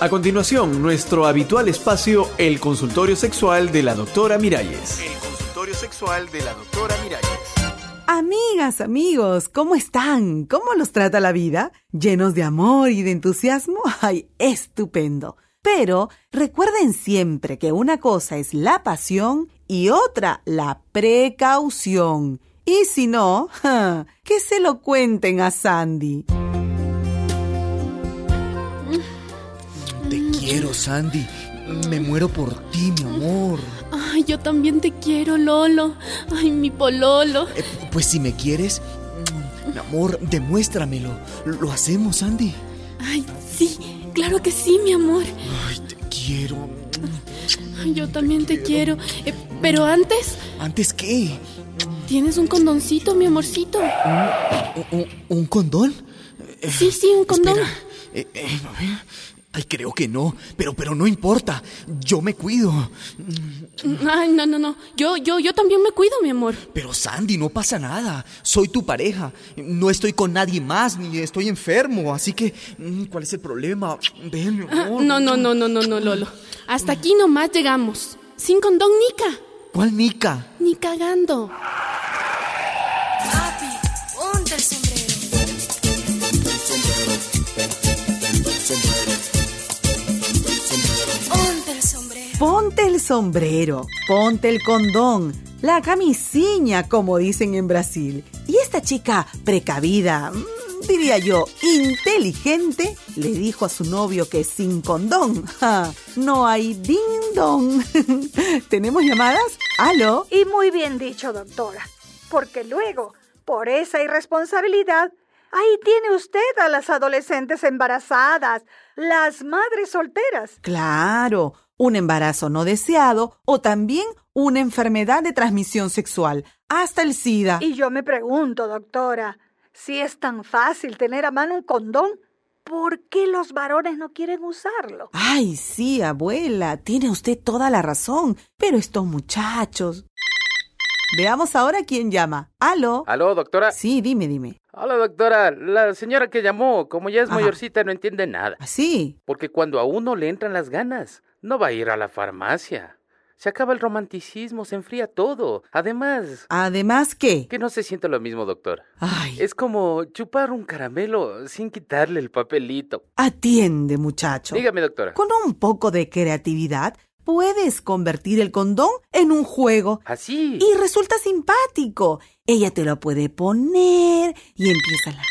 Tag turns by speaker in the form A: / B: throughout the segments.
A: A continuación, nuestro habitual espacio, el consultorio sexual de la doctora Miralles. El consultorio sexual de la doctora Miralles.
B: Amigas, amigos, ¿cómo están? ¿Cómo los trata la vida? ¿Llenos de amor y de entusiasmo? ¡Ay, estupendo! Pero recuerden siempre que una cosa es la pasión y otra la precaución. Y si no, ja, que se lo cuenten a Sandy.
C: Te
D: Mm.
C: quiero, Sandy. Me muero por ti, mi amor.
D: Ay, yo también te quiero, Lolo. Ay, mi pololo.
C: Eh, pues si me quieres, mm, mi amor, demuéstramelo. Lo hacemos, Sandy.
D: Ay, sí, claro que sí, mi amor.
C: Ay, te quiero.
D: Ay, yo también te quiero. Eh, pero antes,
C: ¿Antes qué?
D: tienes un condoncito, mi amorcito.
C: ¿Un, un- un condón? Eh,
D: Sí, sí, un condón.
C: Espera. Eh, eh, a ver. Ay, creo que no. Pero, pero no importa. Yo me cuido.
D: Ay, no, no, no. Yo, yo, yo también me cuido, mi amor.
C: Pero Sandy, no pasa nada. Soy tu pareja. No estoy con nadie más, ni estoy enfermo. Así que, mm, ¿cuál es el problema? Ven, mi
D: Ah,
C: amor.
D: No, no, no, no, no, no, Lolo. Hasta aquí nomás llegamos. Sin condón, Nica.
C: ¿Cuál Nica?
D: Ni cagando.
E: Papi, ponte el sombrero. Ponte el sombrero.
B: Ponte el sombrero, ponte el condón, la camisinha, como dicen en Brasil. Y esta chica precavida, mm, diría yo, inteligente, le dijo a su novio que sin condón, ja, no hay ding dong. ¿Tenemos llamadas? ¿Aló?
F: Y muy bien dicho, doctora, porque luego, por esa irresponsabilidad, ahí tiene usted a las adolescentes embarazadas, las madres solteras.
B: Claro, un embarazo no deseado o también una enfermedad de transmisión sexual, hasta el SIDA.
F: Y yo me pregunto, doctora, si es tan fácil tener a mano un condón, ¿por qué los varones no quieren usarlo?
B: Ay, sí, abuela, tiene usted toda la razón, pero estos muchachos. Veamos ahora quién llama. ¿Aló?
G: Aló, doctora.
B: Sí, dime, dime.
G: Hola, doctora. La señora que llamó, como ya es
B: Ajá.
G: mayorcita, no entiende nada.
B: Ah, Así.
G: Porque cuando a uno le entran las ganas, no va a ir a la farmacia. Se acaba el romanticismo, se enfría todo. Además,
B: Además que.
G: que no se siente lo mismo, doctora.
B: Ay,
G: Es como chupar un caramelo sin quitarle el papelito.
B: atiende, muchacho.
G: Dígame, doctora.
B: Con un poco de creatividad puedes convertir el condón en un juego
G: Así.
B: y resulta simpático. Ella te lo puede poner y empiezan las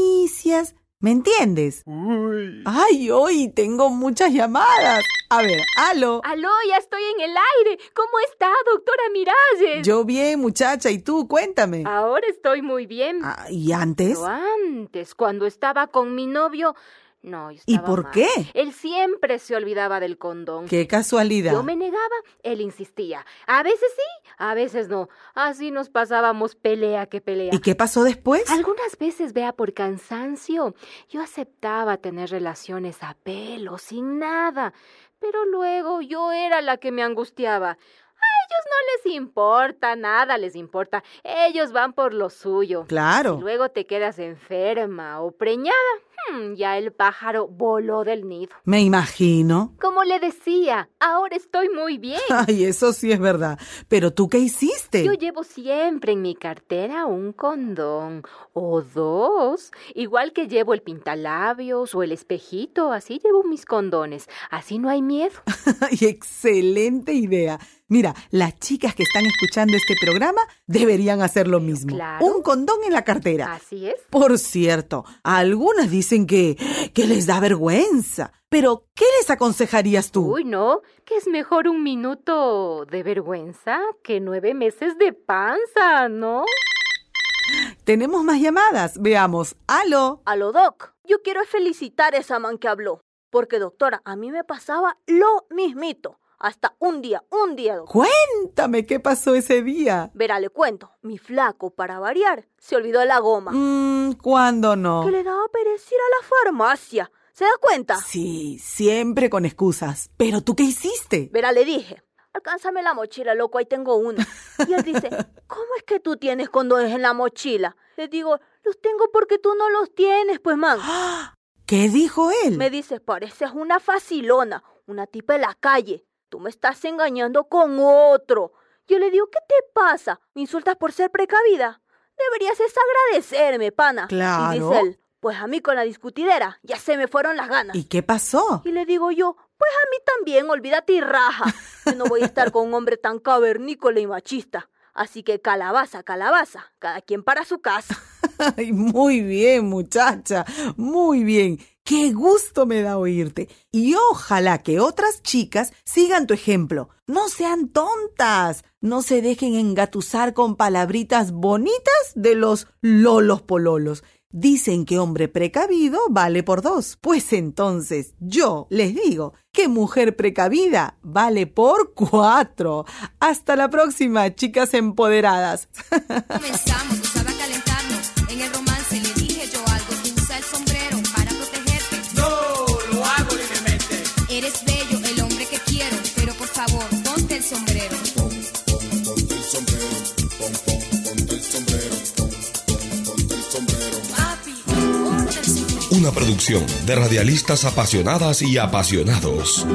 B: caricias. ¿Me entiendes?
G: Uy.
B: Ay, hoy tengo muchas llamadas. A ver, aló.
H: Aló, ya estoy en el aire. ¿Cómo está, doctora Miralles? Ah,
B: Yo bien, muchacha, y tú, cuéntame.
H: Ahora estoy muy bien.
B: Ah, ¿Y antes?
H: Pero antes, cuando estaba con mi novio, no. yo
B: ¿Y
H: estaba
B: por
H: mal.
B: qué?
H: Él siempre se olvidaba del condón.
B: Qué casualidad.
H: Yo me negaba, él insistía. A veces sí, a veces no. Así nos pasábamos pelea que pelea.
B: ¿Y qué pasó después?
H: Algunas veces, vea, por cansancio, yo aceptaba tener relaciones a pelo, sin nada, pero luego yo era la que me angustiaba. A ellos no les importa, nada les importa, ellos van por lo suyo. Y
B: Claro.
H: luego te quedas enferma o preñada, hmm, ya el pájaro voló del nido.
B: Me imagino.
H: Como le decía, ahora estoy muy bien.
B: Ay, eso sí es verdad. Pero tú qué
H: Yo
B: hiciste?
H: llevo siempre en mi cartera un condón o dos, igual que llevo el pintalabios o el espejito, así llevo mis condones, así no hay miedo.
B: Ay, excelente idea. Mira, las chicas que están escuchando este programa deberían hacer lo mismo.
H: claro.
B: Un condón en la cartera.
H: Así es.
B: Por cierto, algunas dicen que, que les da vergüenza. Pero, ¿qué les aconsejarías tú?
H: Uy, no, que es mejor un minuto de vergüenza que nueve meses de panza, ¿no?
B: Tenemos más llamadas. Veamos. Aló.
I: A lo doc, yo quiero felicitar a esa man que habló, porque doctora, a mí me pasaba lo mismito, hasta un día, un día, doc.
B: Cuéntame qué pasó ese día.
I: Verá, le cuento, mi flaco, para variar, se olvidó la goma,
B: Mmm, ¿cuándo no?
I: que le daba perecer a la farmacia, ¿se da cuenta?
B: Sí, siempre con excusas. Pero tú qué hiciste?
I: Verá, le dije, alcánzame la mochila, loco, ahí tengo una. Y él dice, ¿cómo es que tú tienes condones en la mochila? Le digo, los tengo porque tú no los tienes, pues man.
B: ¿Qué dijo él?
I: Me dices, pareces una facilona, una tipa de la calle. Tú me estás engañando con otro. Yo le digo, ¿qué te pasa? ¿Me insultas por ser precavida? Deberías es agradecerme, pana.
B: Claro.
I: Y dice él, pues a mí con la discutidera ya se me fueron las ganas.
B: ¿Y qué pasó?
I: Y le digo yo, pues a mí también, olvídate y raja. Yo no voy a estar con un hombre tan cavernícola y machista. Así que calabaza, calabaza, cada quien para su casa.
B: Ay, muy bien, muchacha, muy bien. Qué gusto me da oírte. Y ojalá que otras chicas sigan tu ejemplo. No sean tontas. No se dejen engatusar con palabritas bonitas de los lolos pololos. Dicen que hombre precavido vale por dos. Pues entonces yo les digo que mujer precavida vale por cuatro. Hasta la próxima, chicas empoderadas.
E: Comenzamos, usaba calentarnos. En el romance le dije yo algo. Tú usa el sombrero para protegerte. No, lo hago libremente. Eres bello, el hombre que quiero. Pero por favor, ponte el sombrero. Papi, ponte el sombrero.
J: Una producción de radialistas apasionadas y apasionados.